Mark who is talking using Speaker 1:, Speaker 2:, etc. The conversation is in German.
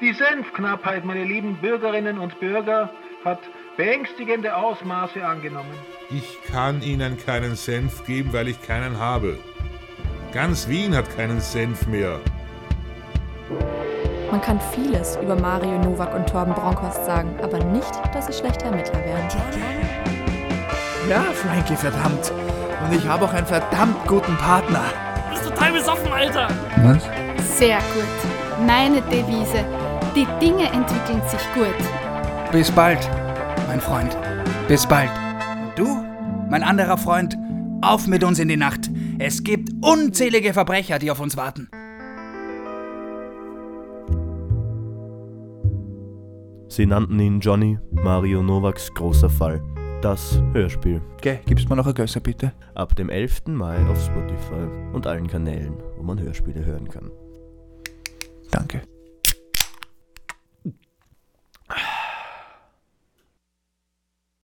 Speaker 1: Die Senfknappheit, meine lieben Bürgerinnen und Bürger, hat beängstigende Ausmaße angenommen.
Speaker 2: Ich kann Ihnen keinen Senf geben, weil ich keinen habe. Ganz Wien hat keinen Senf mehr.
Speaker 3: Man kann vieles über Mario Novak und Torben Bronkhorst sagen, aber nicht, dass sie schlechte Ermittler wären.
Speaker 4: Ja, Frankie, verdammt. Und ich habe auch einen verdammt guten Partner.
Speaker 5: Du bist total besoffen, Alter.
Speaker 4: Was?
Speaker 6: Sehr gut. Meine Devise. Die Dinge entwickeln sich gut.
Speaker 4: Bis bald, mein Freund. Bis bald. Und du, mein anderer Freund, auf mit uns in die Nacht. Es gibt unzählige Verbrecher, die auf uns warten.
Speaker 7: Sie nannten ihn Johnny, Mario Nowaks großer Fall. Das Hörspiel.
Speaker 4: Gell, gibst mir noch ein Gösser bitte?
Speaker 7: Ab dem 11. Mai auf Spotify und allen Kanälen, wo man Hörspiele hören kann.
Speaker 4: Danke.